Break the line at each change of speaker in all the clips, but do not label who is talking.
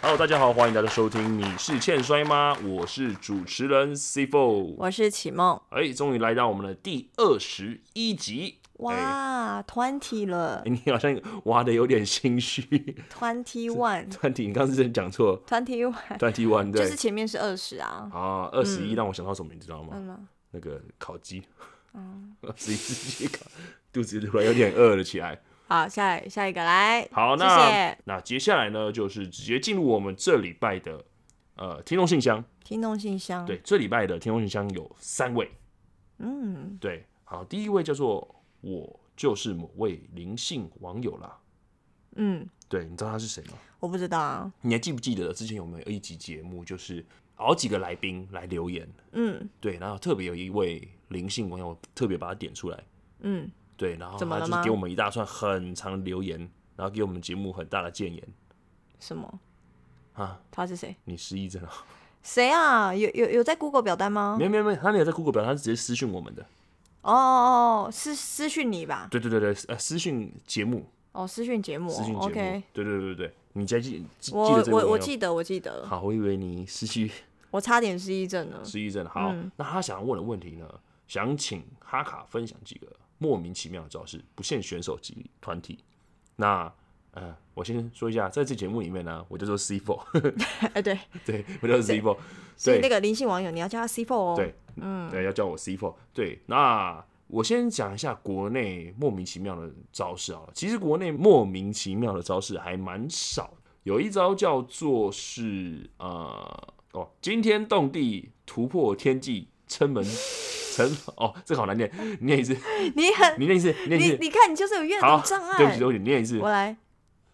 Hello，大家好，欢迎大家收听《你是欠摔吗》，我是主持人 C Four。
我是启梦。
哎，终于来到我们的第二十一集。哎，
哇，twenty 了
哎你好像挖的有点心虚。
，twenty one，twenty
团体，你刚刚之前讲错
one，
团体 one
就
对
是前面是二十啊。
啊，二十一让我想到什么，你知道吗？
嗯哦啊，
那个烤鸡。 二十一只鸡烤，肚子突然有点饿了起来。
好，下一下一个来。
好，
谢
那
谢
那接下来呢，就是直接进入我们这礼拜的呃听众信箱。
听众信箱。
对，，这礼拜的听众信箱有三位。
嗯，
对，好，第一位叫做我就是某位灵性网友啦。
嗯，
对，你知道他是谁吗？
我不知道啊。
你还记不记得之前有没有一集节目，就是好几个来宾来留言，
嗯
对，然后特别有一位灵性网友特别把他点出来，
嗯，
对，然后
怎么
他
了
就是
吗
给我们一大串很长的留言，然后给我们节目很大的建言
什么？
啊。
他是谁？
你失忆症了？
谁啊？有有有在 Google 表单吗
没？有没有没有，他没有在 Google 表，他是直接私讯我们的。
哦哦哦，是私讯你吧？
对对对对，呃，私讯节目，
哦，私讯节目哦。
私讯节目。
OK，
对对对对，你还记记记
我
得这个
我
网
我
友
记得我记得，
好，我以为你失去
我差点失忆症了。
失忆症。好，
嗯
那他想要问的问题呢？想请哈卡分享几个莫名其妙的招式，不限选手及团体。那呃，我先说一下，在这节目里面呢，我叫做 C Four，
哎，对，
对，我叫做 C Four，
所以那
对
个灵性网友你要叫他 C four 哦。
对，嗯，对，要叫我 C Four。对，那我先讲一下国内莫名其妙的招式好了。其实国内莫名其妙的招式还蛮少的，有一招叫做是呃哦，惊天动地突破天际，撑门撑哦，这个好难念，你念一次，
你很
你念一次，你念一
你
次。
你看你就是有阅
好
读障，
对不起，
碍
对。不起，你念一次
我。来，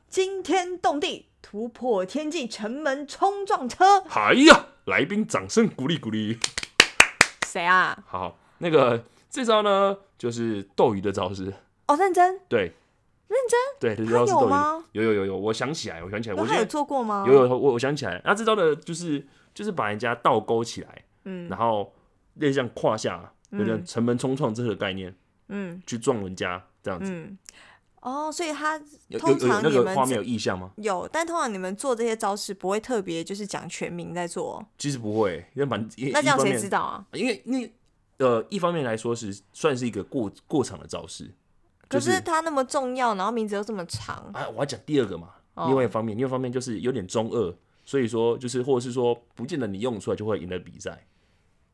惊天动地，突破天际，城门冲撞车，
哎呀，来宾掌声鼓励鼓励。
谁啊？
好，那个这招呢，就是斗鱼的招式。
哦，认真，
对，
认真，
对，这
他
招是
有
斗
吗
鱼。有有有有，我想起来，我想起来，我
有
现
他有
在
做过吗？
有有我我想起来，那这招的就是就是把人家倒勾起来，
嗯
然后类似像胯下，有点城门冲撞这个概念
嗯
去撞人家这样子。
嗯，哦，所以他
有有
通
有有
常
那
你
个
们
画面有意向吗？
有，但通常你们做这些招式不会特别就是讲全名在做，
其实不会，因为蛮一
那这样
一方
谁
面
知道啊？
因为因为呃，一方面来说是算是一个过过场的招式，就
可
是
是他那么重要，然后名字又这么长，
啊，我要讲第二个嘛，
哦
另外一方面，另外一方面就是有点中二，所以说就是或者是说，不见得你用出来就会赢得比赛。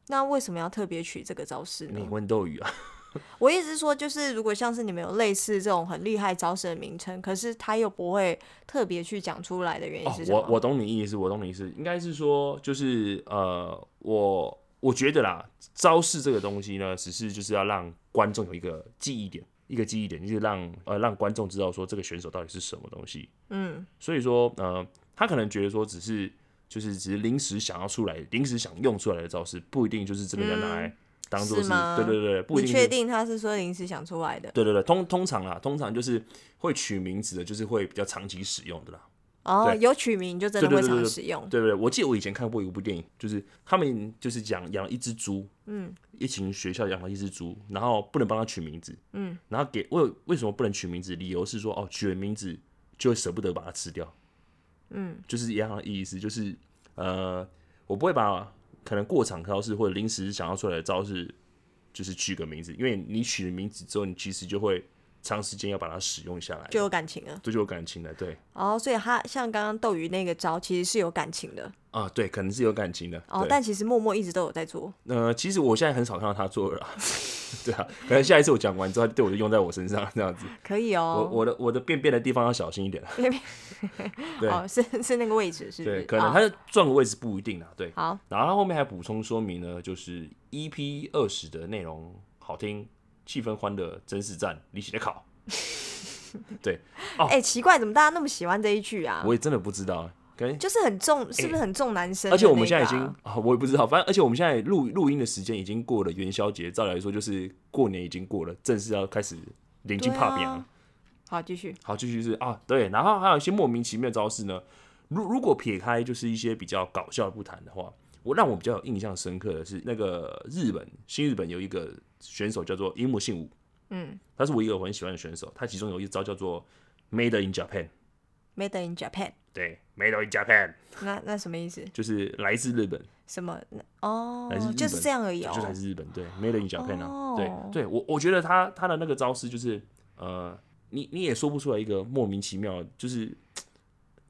那为什么要特别取这个招式
你
呢？
问斗鱼啊，
我意思是说，就是如果像是你们有类似这种很厉害招式的名称，可是他又不会特别去讲出来的原因
哦
是，什么？
我我懂你意思，我懂你意思，应该是说就是呃，我我觉得啦，招式这个东西呢，只是就是要让观众有一个记忆点，一个记忆点就是让呃让观众知道说这个选手到底是什么东西。
嗯
所以说呃，他可能觉得说只是就是只是临时想要出来、临时想用出来的招式，不一定就是真的要拿来当做
嗯是
是，
吗
对对对，不一
你
定
确
是。
定他是说临时想出来的？
对对对，通通常啦，通常就是会取名字的，就是会比较长期使用的啦。
哦
对，
有取名就真的
对
会
对对
常
对
使用。
对对对，我记得我以前看过一部电影，就是他们就是讲养了一只猪，
嗯，
一群学校养了一只猪，然后不能帮它取名字，嗯，然后给为为什么不能取名字？理由是说哦，取了名字就会舍不得把它吃掉，嗯，就是一样的意思，就是呃，我不会把可能过场招式或者临时想要出来的招式，就是取个名字，因为你取了名字之后，你其实就会长时间要把它使用下来，
就有感情了。
这就有感情了，对。
哦，所以他像刚刚斗鱼那个招，其实是有感情的。
啊，对，可能是有感情的。
哦
对，
但其实默默一直都有在做。
呃，其实我现在很少看到他做了啦， 对啊，可能下一次我讲完之后，他对我就用在我身上这样子。
可以
我
哦。
我的我的便便的地方要小心一点啦，对
哦，是 是那个位置，是不
对，
是？
可能
哦
他的转个位置不一定啦，对。
好，
然后他后面还补充说明呢，就是 EP 二十的内容好听，气氛欢乐，真是赞，你写的 考。对，
哎，奇怪，怎么大家那么喜欢这一句啊？
我也真的不知道啊，可能
就是很重，是不是很重男生
而
的那个啊？
且我们现在已经啊，我也不知道，反正而且我们现在录录音的时间已经过了元宵节，照理来说就是过年已经过了，正式要开始临近
对
怕饼
啊。好，继续。
好，继续是啊，对，然后还有一些莫名其妙的招式呢。如如果撇开就是一些比较搞笑的不谈的话，我让我比较有印象深刻的是那个日本新日本有一个选手叫做樱木信武，
嗯
他是我一个我很喜欢的选手，他其中有一招叫做 Made in Japan。
，Made in Japan。
对，Made in Japan
那那什么意思？
就是来自日本，
什么？哦
来自日，
就是
本
这样而已
就是来
哦。
自日本，对，Made in Japan 啊，
哦
对，对我我觉得他他的那个招式就是，呃，你你也说不出来一个莫名其妙，就是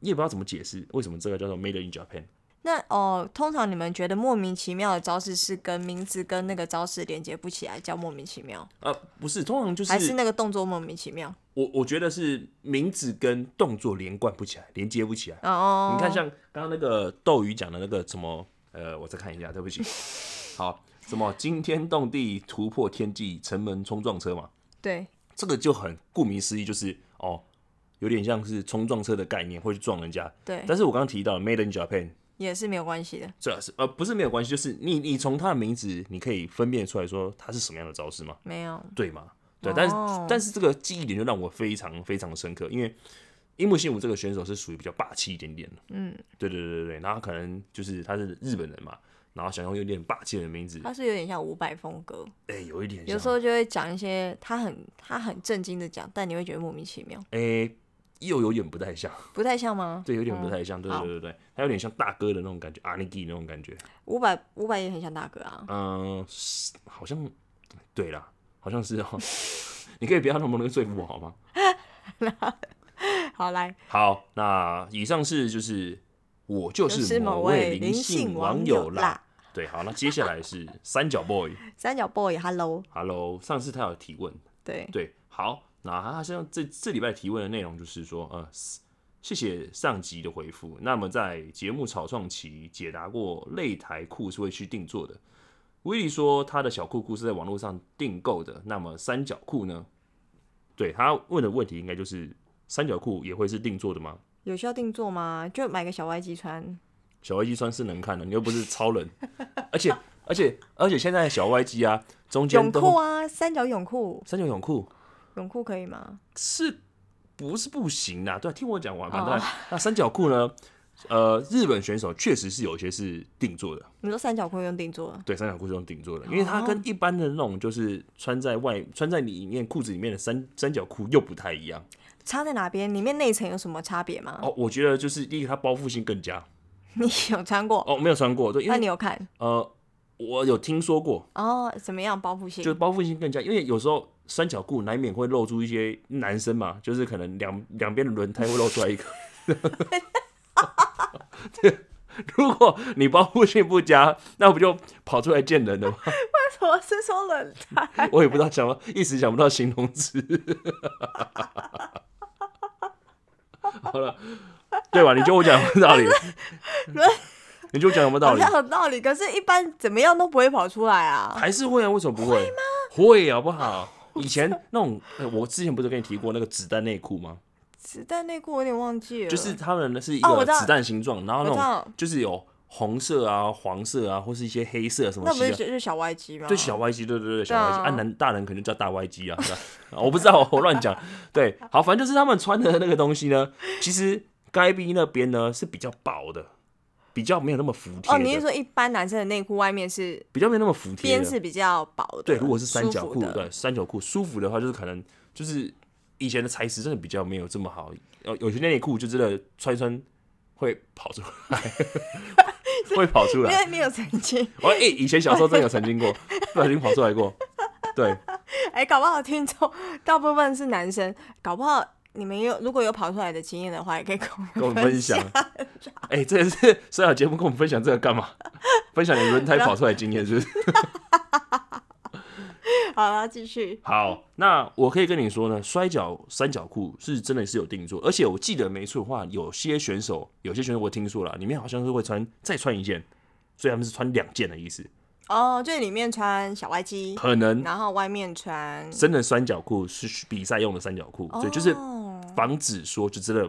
你也不知道怎么解释为什么这个叫做 Made in Japan，
那哦，通常你们觉得莫名其妙的招式是跟名字跟那个招式连接不起来，叫莫名其妙，
呃，不是，通常就是
还是那个动作莫名其妙？
我我觉得是名字跟动作连贯不起来，连接不起来。
哦，
你看，像刚刚那个斗鱼讲的那个什么，呃，我再看一下，对不起，好，什么惊天动地、突破天际、城门冲撞车嘛，
对，
这个就很顾名思义，就是哦，有点像是冲撞车的概念，会去撞人家。
对，
但是我刚刚提到了 Made in Japan，
也是没有关系的。
这是呃不是没有关系，就是你你从它的名字，你可以分辨出来说它是什么样的招式吗？
没有，
对嘛？对，但是、
哦
但是这个记忆点就让我非常非常深刻，因为樱木信武这个选手是属于比较霸气一点点的，嗯，对对对对对，然后可能就是他是日本人嘛，然后想用有点霸气的名字，哎、
它是有点像伍佰风格，
有一点像，
啊有时候就会讲一些他很他很震惊的讲，但你会觉得莫名其妙，
哎、又有点不太像，
不太像吗？
对，有点不太像，对
嗯好
对对对，他有点像大哥的那种感觉，阿尼基那种感觉，
伍佰伍佰也很像大哥啊，
嗯、是好像对啦，好像是哦， 你可以不要那么容易说服我好吗？
好来，
好，那以上是就是我就
就是某
某
位
灵
灵
性
性
网
网
友
友
啦
啦。。
对，好，那接下来是三角 boy，hello，
三角 boy，hello，
上次他有提问，
对，
对，好，那他像这这礼拜提问的内容就是说，呃，谢谢上集的回复。那么在节目草创期解答过擂台裤是会去定做的。威利说他的小裤裤是在网络上订购的，那么三角裤呢？对他问的问题应该就是三角裤也会是定做的吗？
有需要定做吗？就买个小外机穿，
小 Y G 穿是能看的，你又不是超人， 而且而且而且现在小 Y G 啊，中间
泳
都
裤啊，三角泳裤，
三角泳裤
泳裤可以吗？
是不是不行啦？对啊，听我讲
哦
完嘛。对啊，那三角裤呢？呃，日本选手确实是有一些是定做的，
你说三角裤用定做了，
对，三角裤是用定做的，因为它
哦
跟一般的那种就是穿在外穿在里面裤子里面的三三角裤又不太一样。
差在哪边？里面内层有什么差别吗？
哦，我觉得就是第一个它包覆性更佳。
你有穿过？
哦，没有穿过，对，因
那
为
你有看
呃，我有听说过，
哦？怎么样包覆性
就？是包覆性更加，因为有时候三角裤难免会露出一些男生嘛，就是可能两两边的轮胎会露出来一个。 如果你包覆性不佳，那不就跑出来见人了吗？
我是说冷菜，
我也不知道想不，一时想不到形容词。 好了，对吧？你觉得我讲什么 道理？你觉得我讲什么道
好
理
像？有道理，可是一般怎么样都不会跑出来啊。
还是会啊？为什么不会？会好不 好？以前那种，呃我之前不是跟你提过那个子弹内裤吗？
子弹内裤我有点忘记了，
就是他们是一
哦
个
我知道
子弹形状，然后
我知
那
道
种就是有红色啊、黄色啊，或是一些黑色什么
那不
系
是
的。
就是小外机吗？哦
对小 Y G，对对对，小 Y
啊
G，啊男大人可能叫大 Y G 啊，是吧 我不知道，我乱讲。对，好，反正就是他们穿的那个东西呢，其实该 B 那边呢是比较薄的，比较没有那么服帖
哦，你
的，
是说一般男生的内裤外面是
比较没有那么服帖
边
的。
是比较薄的？
对，如果是三
舒
角
服
裤，
的
对，三角裤舒服的话，就是可能就是以前的材质真的比较没有这么好，有有些内裤就真的穿一穿会跑出来， 会跑出
因
来。
为你有曾经，
我哎、以前小时候真的有曾经过，不小心跑出来过。 对，
哎、搞不好听众大部分是男生，搞不好你们有如果有跑出来的经验的话，也可以跟
跟
我
我们
们
分享。
啊
哎、这也是所有节目跟我们分享这个干嘛？分享你轮胎跑出来的经验是不是？
好了，继续。
好，那我可以跟你说呢，摔跤三角裤是真的是有定做，而且我记得没错的话，有些选手，有些选手我听说了，里面好像是会穿再穿一件，所以他们是穿两件的意思，
哦，就里面穿小外机，
可能
然后外面穿，
真的三角裤是比赛用的三角裤，所以就是
哦
防止说就真的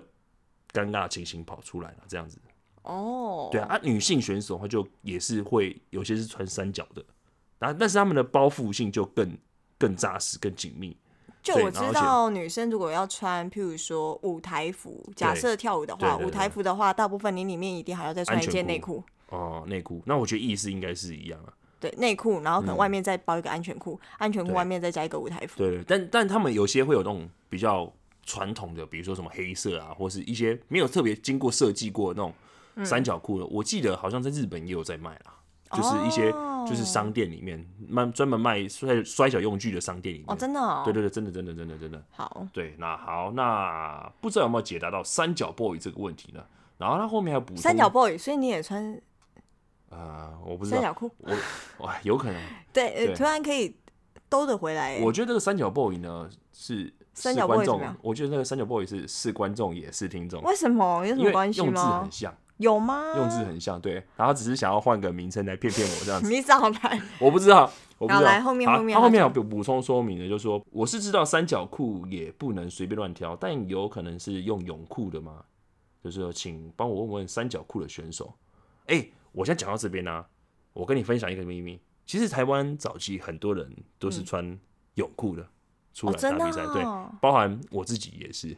尴尬的情形跑出来了这样子。
哦，
对啊，啊，女性选手她就也是会有些是穿三角的，然后但是他们的包覆性就更更扎实、更紧密。
就
对
我知
然后而且
道女生如果要穿，譬如说舞台服，假
对
设跳舞的
对
话，
对
舞
对
台服的话，大部分你里面一定还要再穿
安
一
全
件
裤
内裤。
哦，内裤，那我觉得意思应该是一样啊。
对内裤，然后可能外面再包一个安全裤，安全裤
嗯对
外面再加一个舞台服。
对，但但他们有些会有那种比较传统的，比如说什么黑色啊，或是一些没有特别经过设计过的那种三角裤的，我记得好像在日本也有在卖啦。就是一些
哦
就是商店里面卖专门卖摔摔跤用具的商店里面，
哦，真的哦，
对对对，真的真的真的真的，
好，
对，那好，那不知道有没有解答到三角 boy 这个问题呢？然后他后面还补充
三角 boy，所以你也穿
呃，我不知
三
道，
角裤，
我哇，有可能，
对，
对
呃突然可以兜得回来，
我觉得这个三角 boy 呢是
三
是
角 boy
观
怎
众
么样，
我觉得那个三角 boy 是是观众也是听众，
为什么有
因
什么
为
关系
用字
吗嗯
很？像，
有吗？
用字很像，对，然后他只是想要换个名称来骗骗我 这样子。
你找来，
我不知道，我不知
好
道。
来后面
好
后面
他后面
他
有补补充说明的，就是说我是知道三角裤也不能随便乱挑，但有可能是用泳裤的吗？就是说请帮我问问三角裤的选手。哎、我先讲到这边呢、我跟你分享一个秘密，其实台湾早期很多人都是穿泳裤的、出
嗯哦
来打
真的
比赛，
哦
对，包含我自己也是。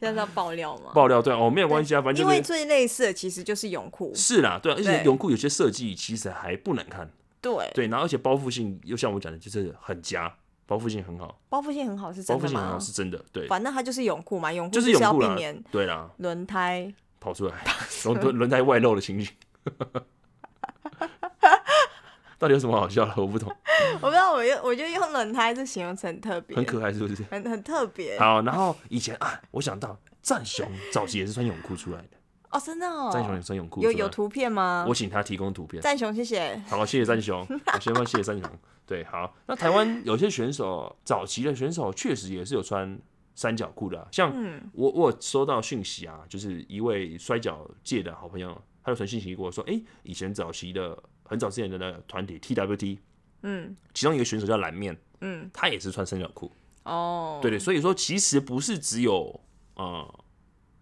要要爆料吗？
爆料对哦，没有关系啊，反正
因
就
为
是
最类似的其实就是泳裤，
是啦，对啊，而且
对
泳裤有些设计其实还不难看。
对，
对，然后而且包覆性又像我讲的，就是很夹，包覆性很好，
包覆性很好是
包
真
覆
的
性很好
吗？
是真的，对，
反正它就是泳裤嘛，泳裤
就是
是
泳
要
裤
避
啦
免，
对啦，
轮胎。
跑出来，轮轮轮胎外露的情形， 到底有什么好笑的？我不懂，
我不知道，我就我就用轮胎这形容词很特别，
很可爱是不是？
很很特别
好，然后以前啊，我想到战雄早期也是穿泳裤出来的，
哦，真的哦。
战雄也穿泳裤出
有
来，
有图片吗？
我请他提供图片。
战雄，谢谢。
好，谢谢战雄，我先问谢谢战雄。对，好，那台湾有些选手，早期的选手确实也是有穿三角裤的啊、像我我有收到讯息啊，就是一位摔跤界的好朋友，他有传讯息给我说，诶，以前早期的很早之前的那个团体 TWT，
嗯
其中一个选手叫蓝面，
嗯，
他也是穿三角裤，
哦，
对对，所以说其实不是只有呃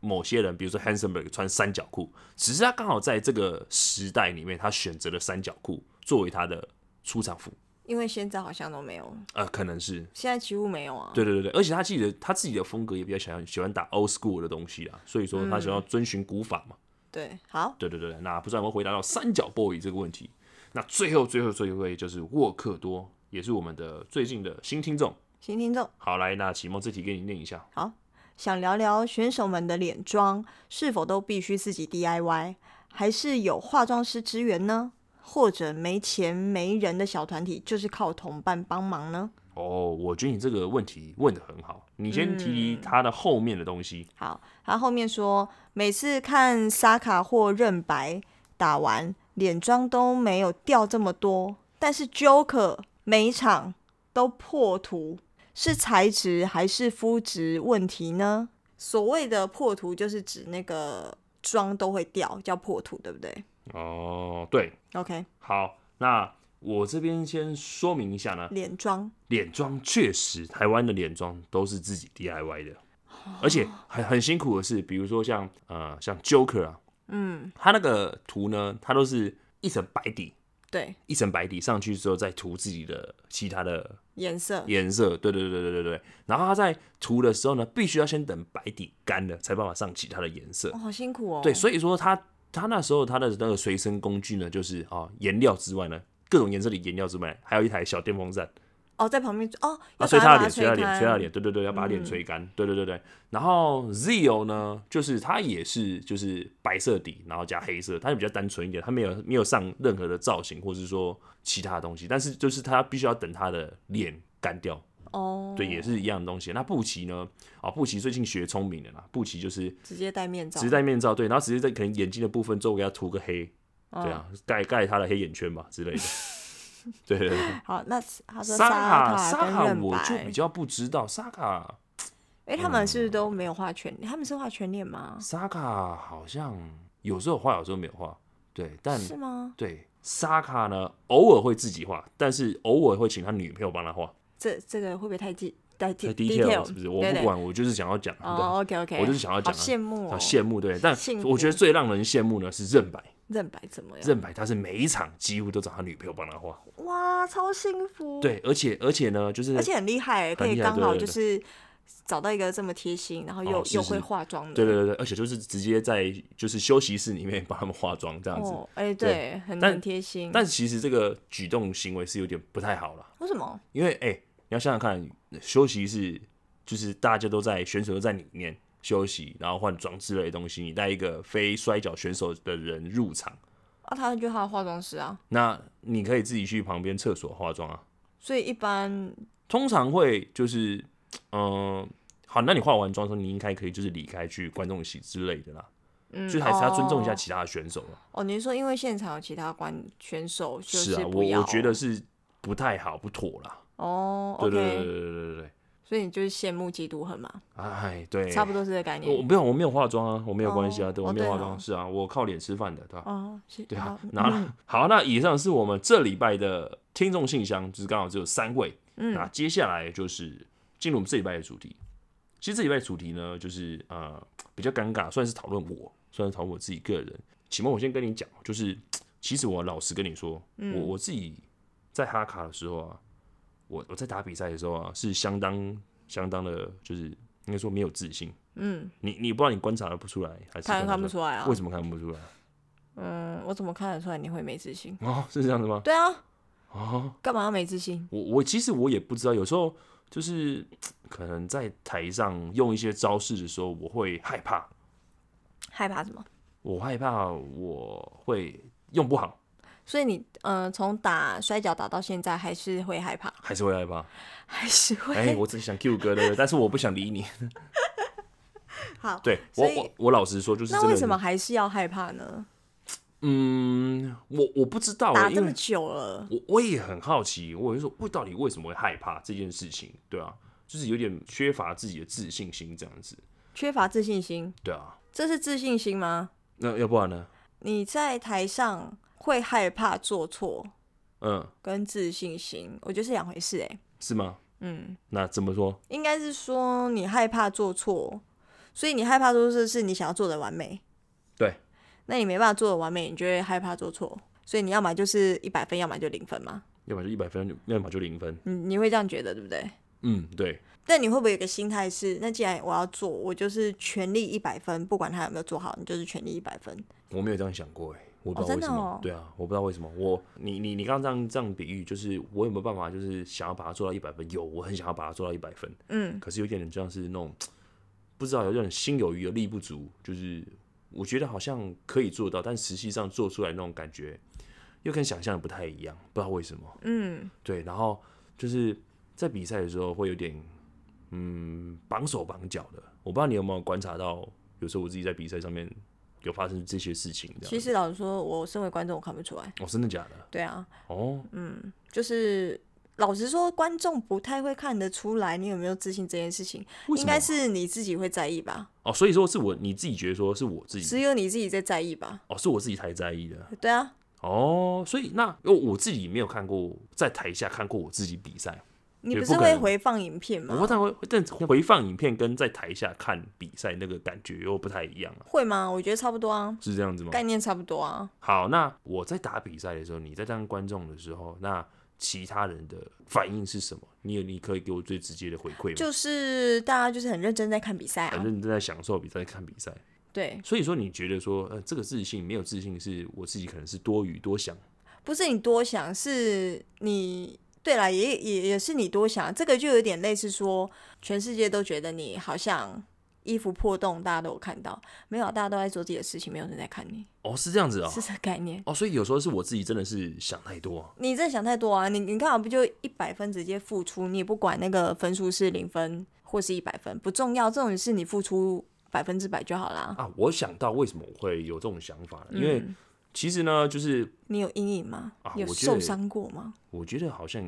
某些人，比如说 Hansenberg 穿三角裤，只是他刚好在这个时代里面，他选择了三角裤作为他的出场服，
因为现在好像都没有，
呃，可能是。
现在几乎没有啊。
对对对对，而且他自己的他自己的风格也比较喜欢喜欢打 old school 的东西啦，所以说他想要遵循古法嘛。
对，好，
对对对，对那不知道有没有回答到三角 boy 这个问题？那最后最后最后一位就是沃克多，也是我们的最近的新听众。
新听众。
好，来，那启梦这题给你念一下。
好，想聊聊选手们的脸妆是否都必须自己 DIY，还是有化妆师支援呢？或者没钱没人的小团体就是靠同伴帮忙呢？
哦，我觉得你这个问题问的很好，你先提提它的后面的东西。
好，他后面说，每次看沙卡或任白打完，脸妆都没有掉这么多，但是 Joker 每一场都破图，是材质还是肤质问题呢？所谓的破图就是指那个妆都会掉，叫破图，对不对
哦，对，
？OK，
好，那我这边先说明一下呢，
脸妆
脸妆确实台湾的脸妆都是自己 DIY 的，而且很很辛苦的是，比如说像呃像 Joker 啊，嗯，它那个图呢，它都是一层白底，
对
一层白底上去之后再涂自己的其他的
颜色
颜色，对对对对对对，然后它在涂的时候呢，必须要先等白底干了，才办法上其他的颜色
哦，。好辛苦哦。
对，所以说他他那时候他的那个随身工具呢，就是啊颜料之外呢，各种颜色的颜料之外，还有一台小电风扇，
哦，在旁边哦，
啊，
要
吹
把
他
它
的脸，吹他的脸，
干嗯
吹他的脸，对对对，要把他脸吹干，对对对对。然后 Zio 呢，就是他也是就是白色底，然后加黑色，他比较单纯一点，他没有没有上任何的造型或是说其他的东西，但是就是他必须要等他的脸干掉，
哦，
对，也是一样的东西。那布奇呢，啊，布奇最近学聪明了啦，布奇就是
直接戴面罩
只是，戴面罩，对，然后只是在可能眼睛的部分之后给他涂个黑，
哦
对啊，盖盖他的黑眼圈吧之 类的。对对对，
好，那他说
沙卡
沙
沙
卡
卡
跟任
我
白，
就比较嗯不知道，沙卡
哎、他们是不是都没有画全？他们是画全脸吗？
沙卡好像有时候画，有时候没有画，对，但
是吗？
对沙卡呢，偶尔会自己画，但是偶尔会请他女朋友帮他画。
这这个会不会太记太
在
d
detail 是不是？我
对
不
对
管，我就是想要讲，
哦
对
，OK OK，
我就是想要讲啊
好羡慕
好
哦，
羡慕对，但
幸
我觉得
福
最让人羡慕呢是任白，
任白怎么样？
任白他是每一场几乎都找他女朋友帮他画，
哇，超幸福，，
对，而且而且呢，就是
而且很厉害，欸可
很
以
厉害
刚好
对对对
就是找到一个这么贴心，然后又、
哦是
又
是
会化妆的，
对对对对，而且就是直接在就是休息室里面帮他们化妆这样子。
哦，哎、
对
对，很
但
很贴心，
但其实这个举动行为是有点不太好了，
为什么？
因为哎、要想想看，休息是就是大家都在选手都在里面休息，然后换装之类的东西，你带一个非摔跤选手的人入场，
啊，他就他的化妆师啊，
那你可以自己去旁边厕所化妆啊。
所以一般
通常会就是，嗯、好，那你化完妆之后，你应该可以就是离开去观众席之类的啦，
嗯，
所以还是要尊重一下
哦。
其他的选手啊。
哦，你是说因为现场有其他观选手，就是
啊，
不
我
要
我觉得是不太好，不妥啦。
哦
对
，OK，
对对对对对对，
所以你就是羡慕嫉妒恨嘛，
哎，对，
差不多是这个概
我
念。
没有，我没有化妆啊，我没有关系啊，
哦
对，
哦
我没有化
对
妆，
哦
是啊，我靠脸吃饭的，对吧、
哦，是
对啊
好，
然后好，那以上是我们这礼拜的听众信箱，就是刚好只有三位。
嗯
那接下来就是进入我们这礼拜的主题。其实这礼拜的主题呢，就是呃比较尴尬，算是讨论我，算是讨论我自己个人。启蒙，我先跟你讲，哦就是其实我老实跟你说，
嗯
我我自己在哈卡的时候啊，我我在打比赛的时候啊，是相当相当的，就是应该说没有自信。
嗯，
你你不知道你观察的不出来，还是
看看
观察
不出来啊
为。什么看不出来？
嗯，我怎么看得出来你会没自信？
哦，是这样子吗？
对啊，
哦，
干嘛要没自信？
我我其实我也不知道，有时候就是可能在台上用一些招式的时候，我会害怕，
害怕什么？
我害怕我会用不好，
所以你嗯，从打摔跤打到现在，还是会害怕，
还是会害怕。
还是会。
哎、我只想 Q 哥的，但是我不想理你。
好，
对我
所以
我我老实说，就是
那
真
为
的
什么？还是要害怕呢？
嗯，我我不知道、
打
欸，
这
因
么
为
久了，
我我也很好奇，我就说我到底为什么会害怕这件事情？对啊，就是有点缺乏自己的自信心这样子。
缺乏自信心，
对啊，
这是自信心吗？
那要不然呢？
你在台上会害怕做错，
嗯，
跟自信心，我觉得是两回事、哎，
是吗？
嗯，
那怎么说？
应该是说你害怕做错，所以你害怕做错是你想要做的完美。
对，
那你没办法做的完美，你就会害怕做错，所以你要么就是一百分，要么就零分嘛。
要么就一百分，要么就零分。
你你会这样觉得，对不对？
嗯，对，
但你会不会有一个心态是，那既然我要做，我就是全力一百分，不管他有没有做好，你就是全力一百分。
我没有这样想过哎，我不知
哦
道
真
为
的
什么。
哦
对啊，我不知道为什么。我你你你刚刚这样这样比喻，就是我有没有办法，就是想要把它做到一百分？有，我很想要把它做到一百分，
嗯，
可是有点像是那种不知道有点心有余而力不足，就是我觉得好像可以做到，但实际上做出来那种感觉又跟想象的不太一样，不知道为什么。
嗯，
对，然后就是在比赛的时候会有点嗯绑手绑脚的。我不知道你有没有观察到，有时候我自己在比赛上面有发生这些事情这样。
其实老实说，我身为观众，我看不出来。
哦，真的假的？
对啊，
哦，
就是老实说，观众不太会看得出来你有没有自信这件事情，
为什
应
么
该？是你自己会在意吧？
哦，所以说是我你自己觉得说是我自
只
己
有你自己在在意吧？
哦，是我自己太在意的
对啊，
哦。所以那因为我自己没有看过在台下看过我自己比赛，
你
也不
不是
可
会
能
回放影片
我
吗？
但回但回放影片跟在台下看比赛那个感觉又不太一样啊，
会吗？我觉得差不多啊，
是这样子吗？
概念差不多啊。
好，那我在打比赛的时候，你在当观众的时候，那其他人的反应是什么？你有你可以给我最直接的回馈吗？
就是大家就是很认真在看比赛
反
啊，
正你正在享受比赛，看比赛，
对，
所以说你觉得说，呃，这个自信没有自信，是我自己可能是多余多想，
不是你多想，是你对啦，也也也是你多想，啊这个就有点类似说，全世界都觉得你好像衣服破洞，大家都有看到，没有，啊大家都在做自己的事情，没有人在看你，
哦，是这样子哦，
是这个概念。
哦，所以有时候是我自己真的是想太多，
你真的想太多啊！你你干嘛不就一百分直接付出？你也不管那个分数是零分或是一百分，不重要，这种事你付出百分之百就好啦。
啊，我想到为什么我会有这种想法了，因为
嗯
其实呢，就是
你有阴影吗？
啊
你有
我觉得
受伤过吗？
我觉得好像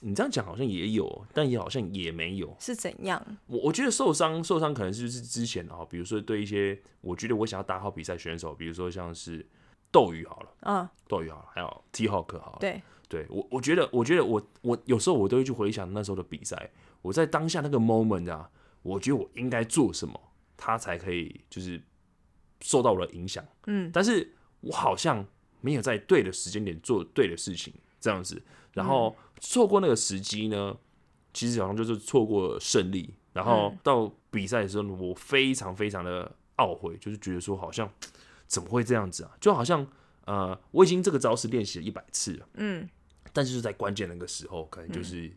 你这样讲好像也有，但也好像也没有，
是怎样？
我我觉得受伤受伤可能是就是之前啊、比如说对一些我觉得我想要打好比赛选手，比如说像是斗鱼好了，
啊，
斗鱼好了，还有 T Hawk 好了，
对，
对我我觉得我觉得我我有时候我都会去回想那时候的比赛，我在当下那个 moment 啊，我觉得我应该做什么，他才可以就是受到我的影响，
嗯，
但是我好像没有在对的时间点做对的事情，这样子，然后错过那个时机呢，其实好像就是错过了胜利，然后到比赛的时候呢，我非常非常的懊悔，就是觉得说好像怎么会这样子啊，就好像呃，我已经这个招式练习了一百次了，
嗯，
但是就在关键那个时候，可能就是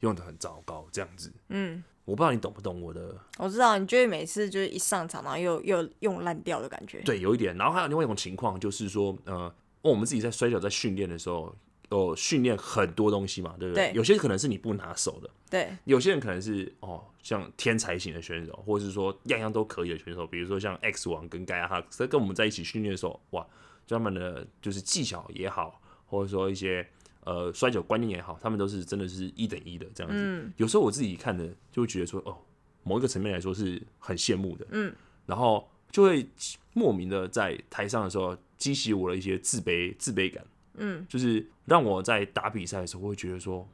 用的很糟糕这样子。
嗯，
我不知道你懂不懂我的，
我知道，你就是每次就是一上场，然后又又用烂掉的感觉。
对，有一点。然后还有另外一种情况就是说，呃，我们自己在摔跤在训练的时候，有训练很多东西嘛，对不
对
有些可能是你不拿手的，
对
有些人可能是哦，像天才型的选手，或者是说样样都可以的选手，比如说像 X 王跟盖亚哈克斯，跟我们在一起训练的时候，哇，就他们的就是技巧也好，或者说一些呃摔跤观念也好，他们都是真的是一等一的这样子。有时候我自己看的就会觉得说，哦，某一个层面来说是很羡慕的，嗯，然后就会莫名的在台上的时候激起我的一些自卑自卑感，嗯，就是让我在打比赛的时候会觉得说，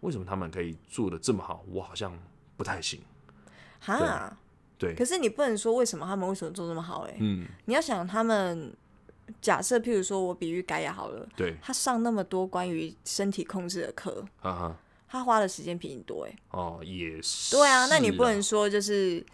为什么他们可以做的这么好，我好像不太行。
哈，
对
可，是你不能说为什么他们为什么做这么好哎、
嗯，
你要想他们，假设譬如说我比喻改也好了，
对，
他上那么多关于身体控制的课，
哈哈，
他花的时间比你多哎、
哦，也是。
对啊，那你不
啊
能说就是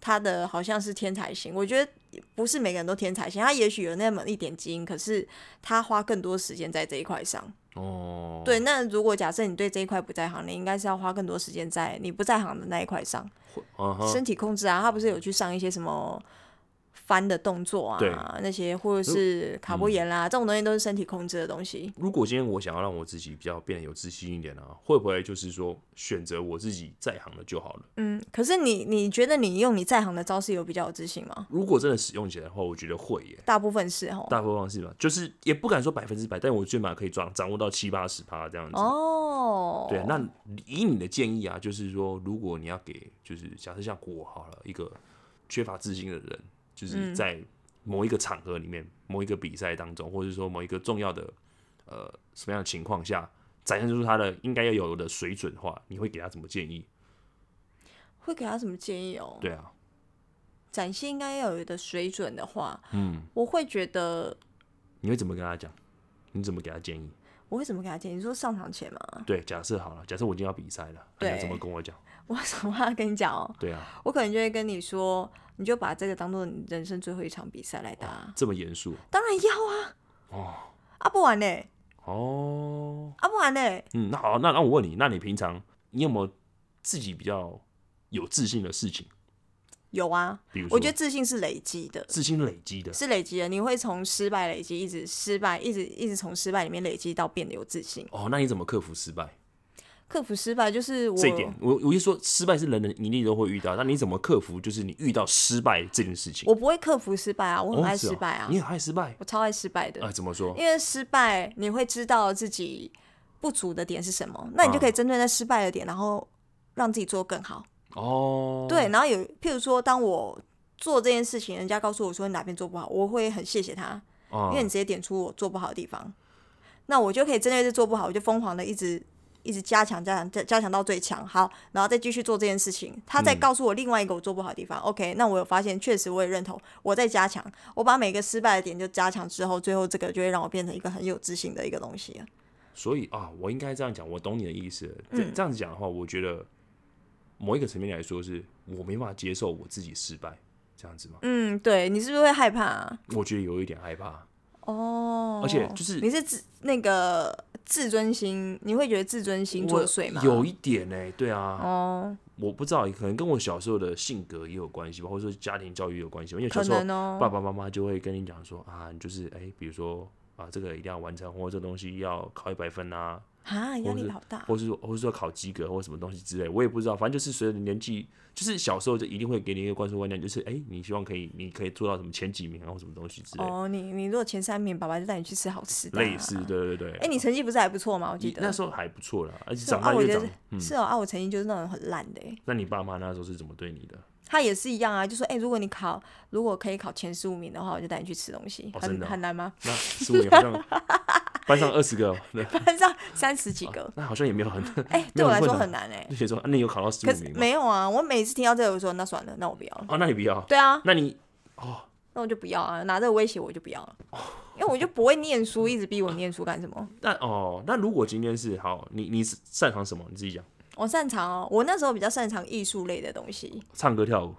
他的好像是天才型，我觉得不是每个人都天才型，他也许有那么一点基因，可是他花更多时间在这一块上。
哦，
对，那如果假设你对这一块不在行，你应该是要花更多时间在你不在行的那一块上，
啊哈，
身体控制啊，他不是有去上一些什么。翻的动作
对呃嗯
啊，那些或者是卡波岩啦、这种东西都是身体控制的东西。
如果今天我想要让我自己比较变得有自信一点啊，会不会就是说选择我自己在行的就好了？
嗯，可是你你觉得你用你在行的招式有比较有自信吗？
如果真的使用起来的话，我觉得会耶。
大部分是哦。
大部分是吧，就是也不敢说百分之百，但我最起码可以掌掌握到七八十趴这样子。
哦，
对，啊那以你的建议啊，就是说，如果你要给，就是假设像我好了，一个缺乏自信的人，
嗯
就是在某一个场合里面、某一个比赛当中，或者是说某一个重要的呃什么样的情况下，展现出他的应该要有的水准的话，你会给他怎么建议？
会给他什么建议哦？
对啊，
展现应该要有的水准的话，嗯，我会觉得
你会怎么跟他讲？你怎么给他建议？
我会怎么给他建议？你说上场前嘛，
对，啊假设好了，假设我今天要比赛了，你要
对
怎么跟我讲？
我什么话跟你讲哦？
对啊，
我可能就会跟你说，你就把这个当做你人生最后一场比赛来打啊，
这么严肃
当然要啊，哦，啊不玩嘞、
哦。
啊不玩嘞、
嗯，那好，那那我问你，那你平常你有没有自己比较有自信的事情？
有啊，
比如说，
我觉得自信是累积的。
自信累积的，
是累积的，你会从失败累积，一直失败，一直一直从失败里面累积到变得有自信。
哦，那你怎么克服失败？
克服失败就是我
这一点，我我一说失败是人人一定都会遇到，那你怎么克服？就是你遇到失败这件事情，
我不会克服失败啊，我很
哦
爱
是
失
哦
败啊，
你很爱失败
我超爱失败的。
啊？怎么说？
因为失败，你会知道自己不足的点是什么，那你就可以针对那失败的点，然后让自己做得更好。
哦，
对，然后有，譬如说，当我做这件事情，人家告诉我说你哪边做不好，我会很谢谢他，
啊，
因为你直接点出我做不好的地方，那我就可以针对这做不好，我就疯狂的一直。一直加强、加强、加加强到最强，好，然后再继续做这件事情。他再告诉我另外一个我做不好的地方、o k 那我有发现，确实我也认同，我在加强，我把每个失败的点就加强之后，最后这个就会让我变成一个很有自信的一个东西了。
所以啊，我应该这样讲，我懂你的意思了。这
嗯
这样子讲的话，我觉得某一个层面来说，是我没办法接受我自己失败，这样子吗？
嗯，对你是不是会害怕、啊？
我觉得有一点害怕。
哦，
而且就是
你是自那个自尊心，你会觉得自尊心
我
作祟吗？
有一点呢、对啊，
哦，
我不知道，可能跟我小时候的性格也有关系吧，或者说家庭教育也有关系吧。因为小
可
时候
能哦，
爸爸妈妈就会跟你讲说啊，你就是哎、比如说啊，这个一定要完成，或者这东西要考一百分啊，
啊，压
或
力
是
好大。
或是说或是说考及格或什么东西之类，我也不知道。反正就是随着年纪，就是小时候就一定会给你一个灌输观念，就是哎、你希望可以，你可以做到什么前几名啊，或什么东西之类的，
哦，你你如果前三名，爸爸就带你去吃好吃的、啊。
类似，。对对对。啊
哎、你成绩不是还不错吗？我记
你
得
那时候还不错啦，而且
是哦
长
啊，
大
我
越
觉
长嗯
得。是哦啊，我成绩就是那种很烂的、欸。
那你爸妈那时候是怎么对你的？
他也是一样啊，就说哎、如果你考，如果可以考前十五名的话，我就带你去吃东西。
哦真
很
的哦
很难吗？
那十五年好像班上二十个，哦那
班上三十几个，
那好像也没有很
哎、
哦没
对
有
我
很
来说
困
很难哎、
就写说，啊、那你有考到十
可
五
是
名吗？
没有啊，我每次听到这个，我就说那算了，那我不要了。
哦，那你不要。
对啊，
那你
那我就不要啊，拿这个威胁我就不要了，
哦
因为我就不会念书，一直逼我念书干什么？
那哦，那如果今天是好，你你是擅长什么？你自己讲，
我擅长哦，我那时候比较擅长艺术类的东西，
唱歌、跳舞。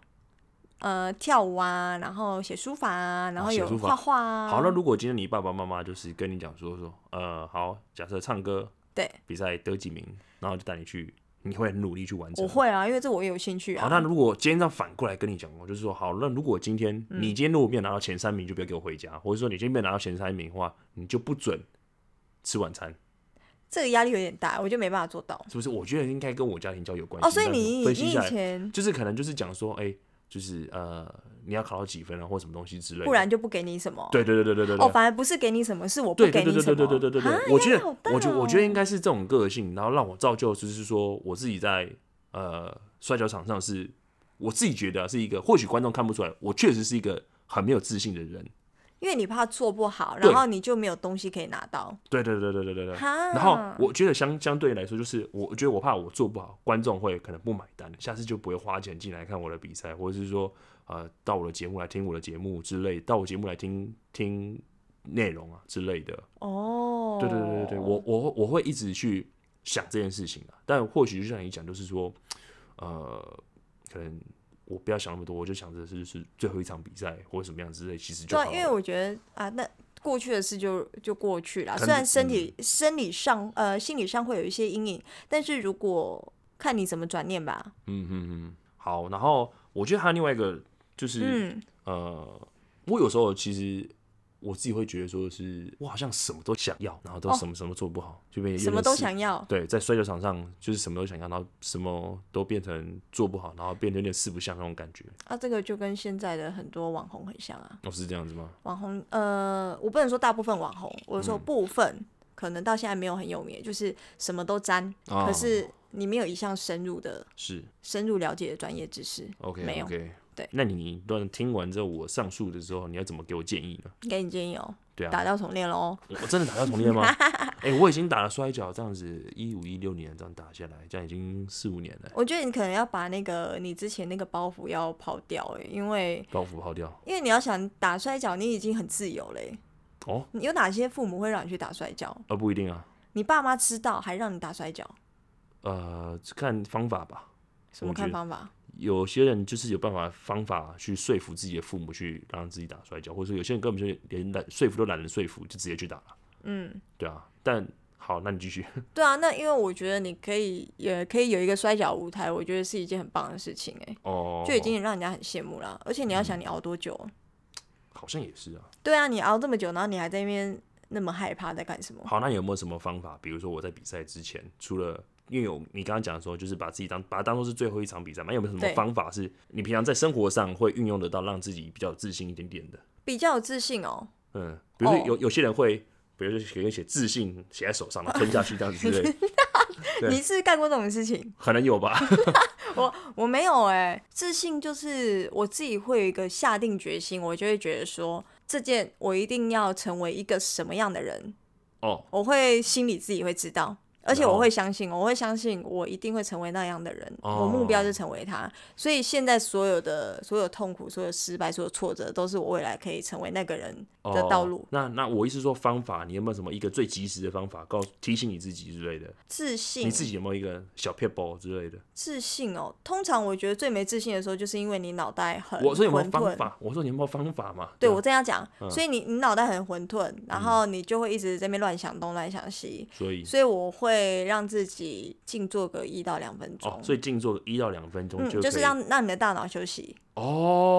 呃，跳舞啊，然后写书法啊，然后
哦写
有
书法
画画啊。
好，那如果今天你爸爸妈妈就是跟你讲说说，呃，好，假设唱歌
对
比赛得几名，然后就带你去你会很努力去完成
我。会啊，因为这我也有兴趣
好，
啊。
那如果今天这样反过来跟你讲哦，就是说，好，那如果今天
嗯
你今天如果没有拿到前三名，就不要给我回家，或者说你今天没有拿到前三名的话，你就不准吃晚餐，
这个压力有点大，我就没办法做到。
是不是？我觉得应该跟我家庭教育有关系。
哦，所以
但是
你
分
你
析
以
下来，
前
就是可能就是讲说，哎、就是呃，你要考到几分啊，或什么东西之类的。
不然就不给你什么。
对，对对对对对对。
哦，反而不是给你什么，是我不
对
给
对
你
对
什
对
么。
对对对对对
啊
对，我觉
压力好
得，
大
我觉我觉
哦
得应该是这种个性，然后让我造就，就是说我自己在呃摔跤场上是，我自己觉得啊是一个，或许观众看不出来，我确实是一个很没有自信的人。
因为你怕做不好，
对
然后你就没有东西可以拿到。
对对对对对对对。
哈，
然后我觉得相相对来说，就是我我觉得我怕我做不好，观众会可能不买单，下次就不会花钱进来看我的比赛，或者是说呃到我的节目来听我的节目之类，到我节目来听听内容啊之类的。
哦，
对对对对对，我我我会一直去想这件事情啊，但或许就像你讲，就是说，呃，可能我不要想那么多，我就想着是是最后一场比赛或者什么样之类，其实就
对
好
啊，
了。
因为我觉得啊，那过去的事就就过去了。
但是
虽然身体、
嗯
生理上呃心理上会有一些阴影，但是如果看你怎么转念吧。
嗯嗯嗯，好。然后我觉得还有另外一个就是、
嗯，
呃，我有时候其实。我自己会觉得说是，我好像什么都想要，然后都
哦
什么什么做不好，就变
什么都想要。
对，在摔跤场上就是什么都想要，然后什么都变成做不好，然后变得有点四不像那种感觉。
啊，这个就跟现在的很多网红很像啊。
哦，是这样子吗？
网红，呃，我不能说大部分网红，我说部分、可能到现在没有很有名，就是什么都沾，
哦
可是你没有一项深入的、
是
深入了解的专业知识。
OK，
没有
OK，
对。
那你段听完之后，我上述的时候，你要怎么给我建议呢？
给你建议哦，
对
打
啊，
掉重练喽。
我我真的打到重练吗？ 哎、我已经打了摔跤，这样子一五一六年这样打下来，这样已经四五年了，
我觉得你可能要把那个你之前那个包袱要抛掉、欸，因为
把我浮抛掉。
因为你要想打摔跤，你已经很自由嘞、欸
哦，
你有哪些父母会让你去打摔跤？
呃，不一定啊，
你爸妈知道还让你打摔跤，
呃，看方法吧。
什么
我觉
看
得
方法？
有些人就是有办法方法去说服自己的父母去让自己打摔跤，或者说有些人根本就连懒说服都懒得说服，就直接去打了。
嗯，
对啊，但好，那你继续。
对啊，那因为我觉得你可以，也可以有一个摔跤舞台，我觉得是一件很棒的事情、欸，
哦，嗯
就已经让人家很羡慕了。而且你要想，你熬多久？
好像也是啊。
对啊，你熬这么久，然后你还在那边那么害怕，在干什么？
好，那有没有什么方法？比如说我在比赛之前，除了因为有你刚刚讲说，就是把自己当把它当做是最后一场比赛嘛，有没有什么
对
方法是你平常在生活上会运用得到，让自己比较有自信一点点的？
比较有自信哦、
嗯，比如说
哦
有、有些人会，比如说写写自信写在手上，然后吞下去这样子之类 的，对
你是干过这种事情？
可能有吧？
我没有哎、自信就是我自己会有一个下定决心，我就会觉得说这件我一定要成为一个什么样的人，
哦，
我会心里自己会知道，而且
然后
我会相信，我会相信我一定会成为那样的人，
哦
我目标就成为他。所以现在所有的所有痛苦、所有失败、所有挫折，都是我未来可以成为那个人的
哦
道路。
那那我意思说方法，你有没有什么一个最及时的方法，告诉提醒你自己之类的？
自信，
你自己有没有一个小 p e b a l 之类的？
自信哦。通常我觉得最没自信的时候，就是因为你脑袋很
我说有没有
混
方
沌。
法？我说你有没有方法嘛？
呃
啊
对
吧
我这样讲，
嗯
所以你你脑袋很混沌，然后你就会一直在那边乱想东乱想西，
所以
所以我会让自己静坐个一到两分钟，
哦，所以静坐一到两分钟
嗯，
就可以、
就是让让你的大脑休息，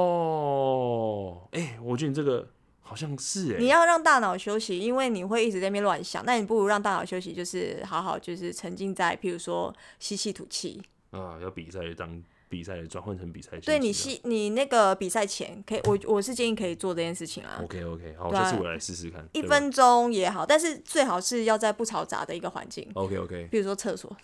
哦，哎、我觉得你这个好像是哎、
你要让大脑休息，因为你会一直在那边乱想，那你不如让大脑休息，就是好好就是沉浸在，譬如说吸气吐气，
啊，要比赛的当比赛的转换成比赛心情啊，
对你吸你那个比赛前可以，我我是建议可以做这件事情啊。
OK OK，好，
对啊
下次我来试试看，
一
对吧
分钟也好，但是最好是要在不嘈杂的一个环境，
OK OK，
比如说厕所。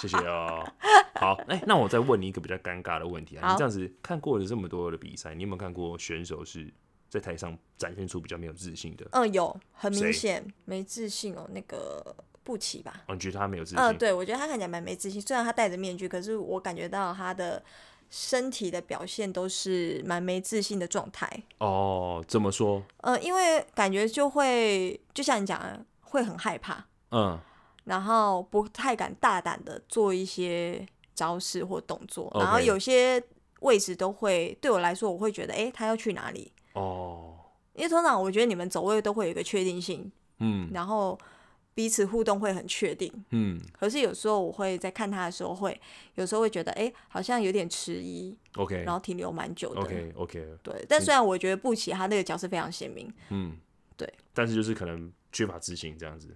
谢谢哦。好，哎、那我再问你一个比较尴尬的问题啊，
好
你这样子看过了这么多的比赛，你有没有看过选手是在台上展现出比较没有自信的？
嗯，有，很明
谁
显没自信哦，那个布奇吧。
哦，你觉得他没有自信？
嗯，对，我觉得他看起来蛮没自信，虽然他戴着面具，可是我感觉到他的身体的表现都是蛮没自信的状态。
哦，怎么说？
呃，因为感觉就会，就像你讲的，会很害怕，
嗯，
然后不太敢大胆的做一些招式或动作
OK
然后有些位置都会，对我来说，我会觉得，诶，他要去哪里？
哦，
因为通常我觉得你们走位都会有一个确定性，
嗯，
然后彼此互动会很确定。
嗯
可是有时候我会在看他的时候会，有时候会觉得哎、诶好像有点迟疑，
，OK
然后停留蛮久的。
OK OK，
对，但虽然我觉得布奇他那个角色非常鲜明，
嗯，
对，
但是就是可能缺乏执行这样子，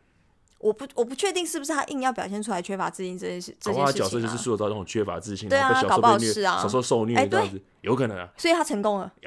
我不我不确定是不是他硬要表现出来缺乏自信这件事这
搞不好
件
他
事
角色
情、
就是
啊，
塑造那种缺乏自信，
对啊
然后被小
搞
时
不
候
好
被虐，
是啊
小时候受虐
哎
这样
对
子，有可能啊，
所以他成功了，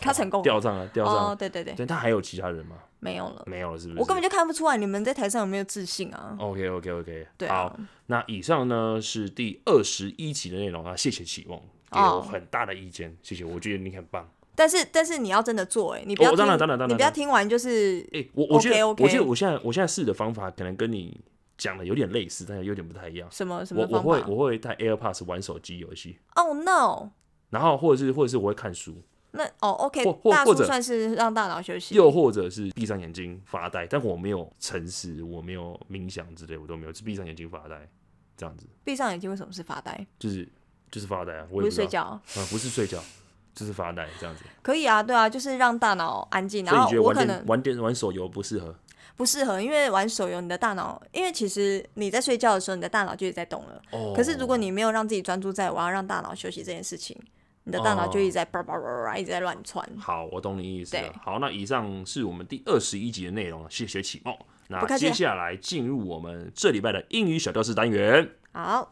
他成功了。
掉账了，掉账
哦，
了。
对对对，
但他还有其他人吗？
没有了，
没有了，是不是？
我根本就看不出来你们在台上有没有自信啊。
OK OK OK，
对啊
好，那以上呢是第二十一集的内容啊，谢谢启梦，给
哦
我很大的意见，谢谢，我觉得你很棒。
但是但是你要真的做、哎，你不要
哦
听，
当然当然当然
你不要听完就是
哎、我我觉得
OK，OK
我觉得我现在我现在试的方法可能跟你讲的有点类似，但是有点不太一样。
什么什
我
么
我
方
会
法。
我会带 AirPods 玩手机游戏，
哦 no，
然后或者是或者是我会看书，
那哦 OK，
或或
大
或
叔
者
算是让大脑休息。
又或者是闭上眼睛发呆，但我没有沉思，我没有冥想之类，我都没有，是闭上眼睛发呆这样子，
闭上眼睛为什么是发呆？
就是就是发呆啊，我
不
也不
是
知
睡
道，
觉啊。
啊、不是睡觉，就是发呆这样子。
可以啊，对啊，就是让大脑安静。
所以
然
你
后
觉得
我
玩
可
电
能
玩电玩手游不适合？
不适合，因为玩手游，你的大脑，因为其实你在睡觉的时候，你的大脑就一直在动了。
哦
可是如果你没有让自己专注在我要让大脑休息这件事情，你的大脑就一直
哦
在叭叭叭叭叭一直在乱窜。
好，我懂你意思了
对。
好，那以上是我们第二十一集的内容了，谢谢启梦。那
不客气啊
接下来进入我们这礼拜的英语小教室单元。
好，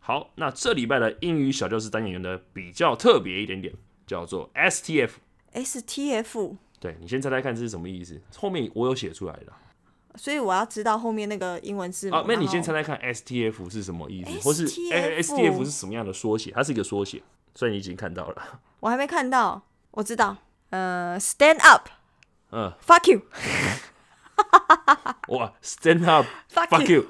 好，那这礼拜的英语小教室单元呢比较特别一点点，叫做 STF。
STF，
对你先猜猜看这是什么意思？后面我有写出来的
所以我要知道后面那个英文字母。
啊，那你先猜
然后
猜看 STF 是什么意思，或是 A- STF
STF
是什么样的缩写？它是一个缩写，所以你已经看到了。
我还没看到，我知道，呃，Stand up，Fuck
嗯，
you，Fuck
哇，Stand up，fuck you，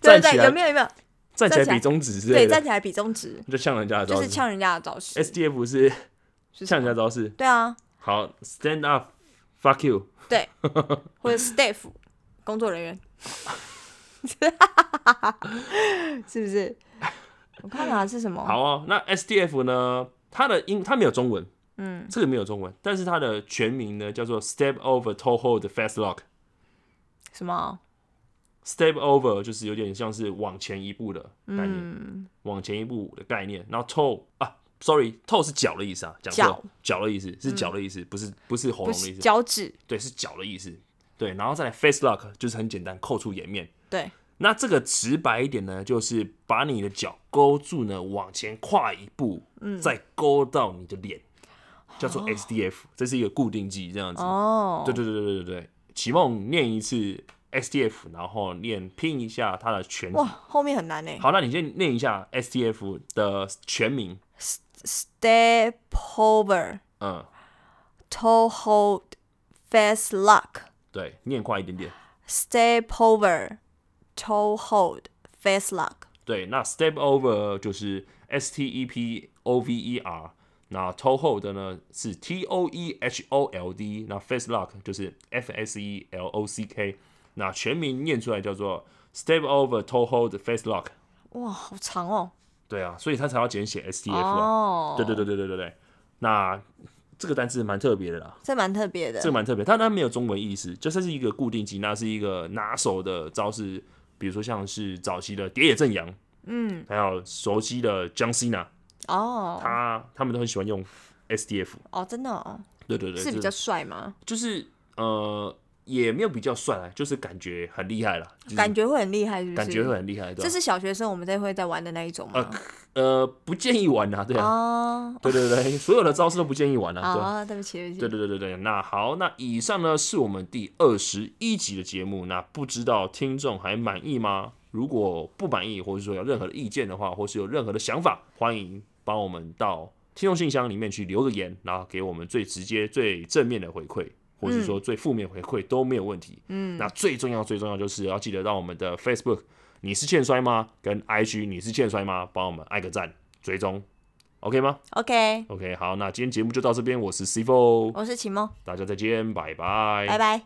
对
站
对
起
对，有
来
没，有有没有？
站起来
站起来
比中指之类
对，
的
站，起来比中指，
就呛人家的
就
招
是
式。
呛人家的招式。
STF 哎是
是什
呛人
么
家招式。
对啊，
好，Stand up，fuck you。
对，或者 staff 工作人员， 是不是？我看看啊是什么？
好哦，那 SDF 呢？它的英它没有中文，嗯，这个没有中文，但是它的全名呢叫做 Step Over Toe Hold Fast Lock。
什么？啊
Step Over 就是有点像是往前一步的概念，
嗯
往前一步的概念。然后 Toe 啊，sorry toe 是脚的意思啊，讲错了，脚的意思是脚的意思，不是不是喉
嗯不
咙的
是
意思，
脚趾？
对，是脚的意思。对，然后再来 Face Lock 就是很简单，扣住颜面。
对，
那这个直白一点呢，就是把你的脚勾住呢，往前跨一步，再勾到你的脸，叫做 SDF，这是一个固定技，这样子。
哦，
对对对对对对，启梦念一次 SDF，然后念拼一下它的全。
哇，后面很难呢。
好，那你先念一下 SDF 的全名。
Step over,
嗯，
toe hold, fast lock.
对，念快一点点。
Step over, toe hold, fast lock.
对，那 step over 就是 S T E P O V E R，那 toe hold 呢是 T O E H O L D，那 face lock 就是 F S E L O C K，那全名念出来叫做 step over toe hold face lock。
哇，好长哦。
对啊，所以它才要简写 S T F 啊。
哦，
对对，对对对对对，那这个单词蛮特别的啦。
这蛮特别的
这。个蛮特别，它它没有中文意思，就算是一个固定技，那是一个拿手的招式，比如说像是早期的蝶野正阳，嗯，还有熟悉的江西娜，
哦
他他们都很喜欢用 SDF，
哦，真的哦，
对对对，
是比
就嗯
较帅吗？
就是呃也没有比较帅啊，就是感觉很厉害了，就是
感觉会很厉害，是不是？
感觉会很厉害，对
这
吧？
是小学生我们在会在玩的那一种吗？
呃，不建议玩啊，对啊，
哦，
对对对，所有的招式都不建议玩啊，
好
对啊。
啊，对不起，对不起。
对对对对对，那好，那以上呢是我们第二十一集的节目。那不知道听众还满意吗？如果不满意，或者说有任何的意见的话，或是有任何的想法，欢迎帮我们到听众信箱里面去留个言，然后给我们最直接、最正面的回馈，或是说最负面回馈都没有问题。嗯，那最重要、最重要就是要记得到我们的 Facebook，你是欠摔吗？跟 IG 你是欠摔吗？帮我们按个赞，追踪，OK 吗
OK，
？OK，好，那今天节目就到这边，我是 C Four。
我是启梦，
大家再见，拜拜，
拜拜。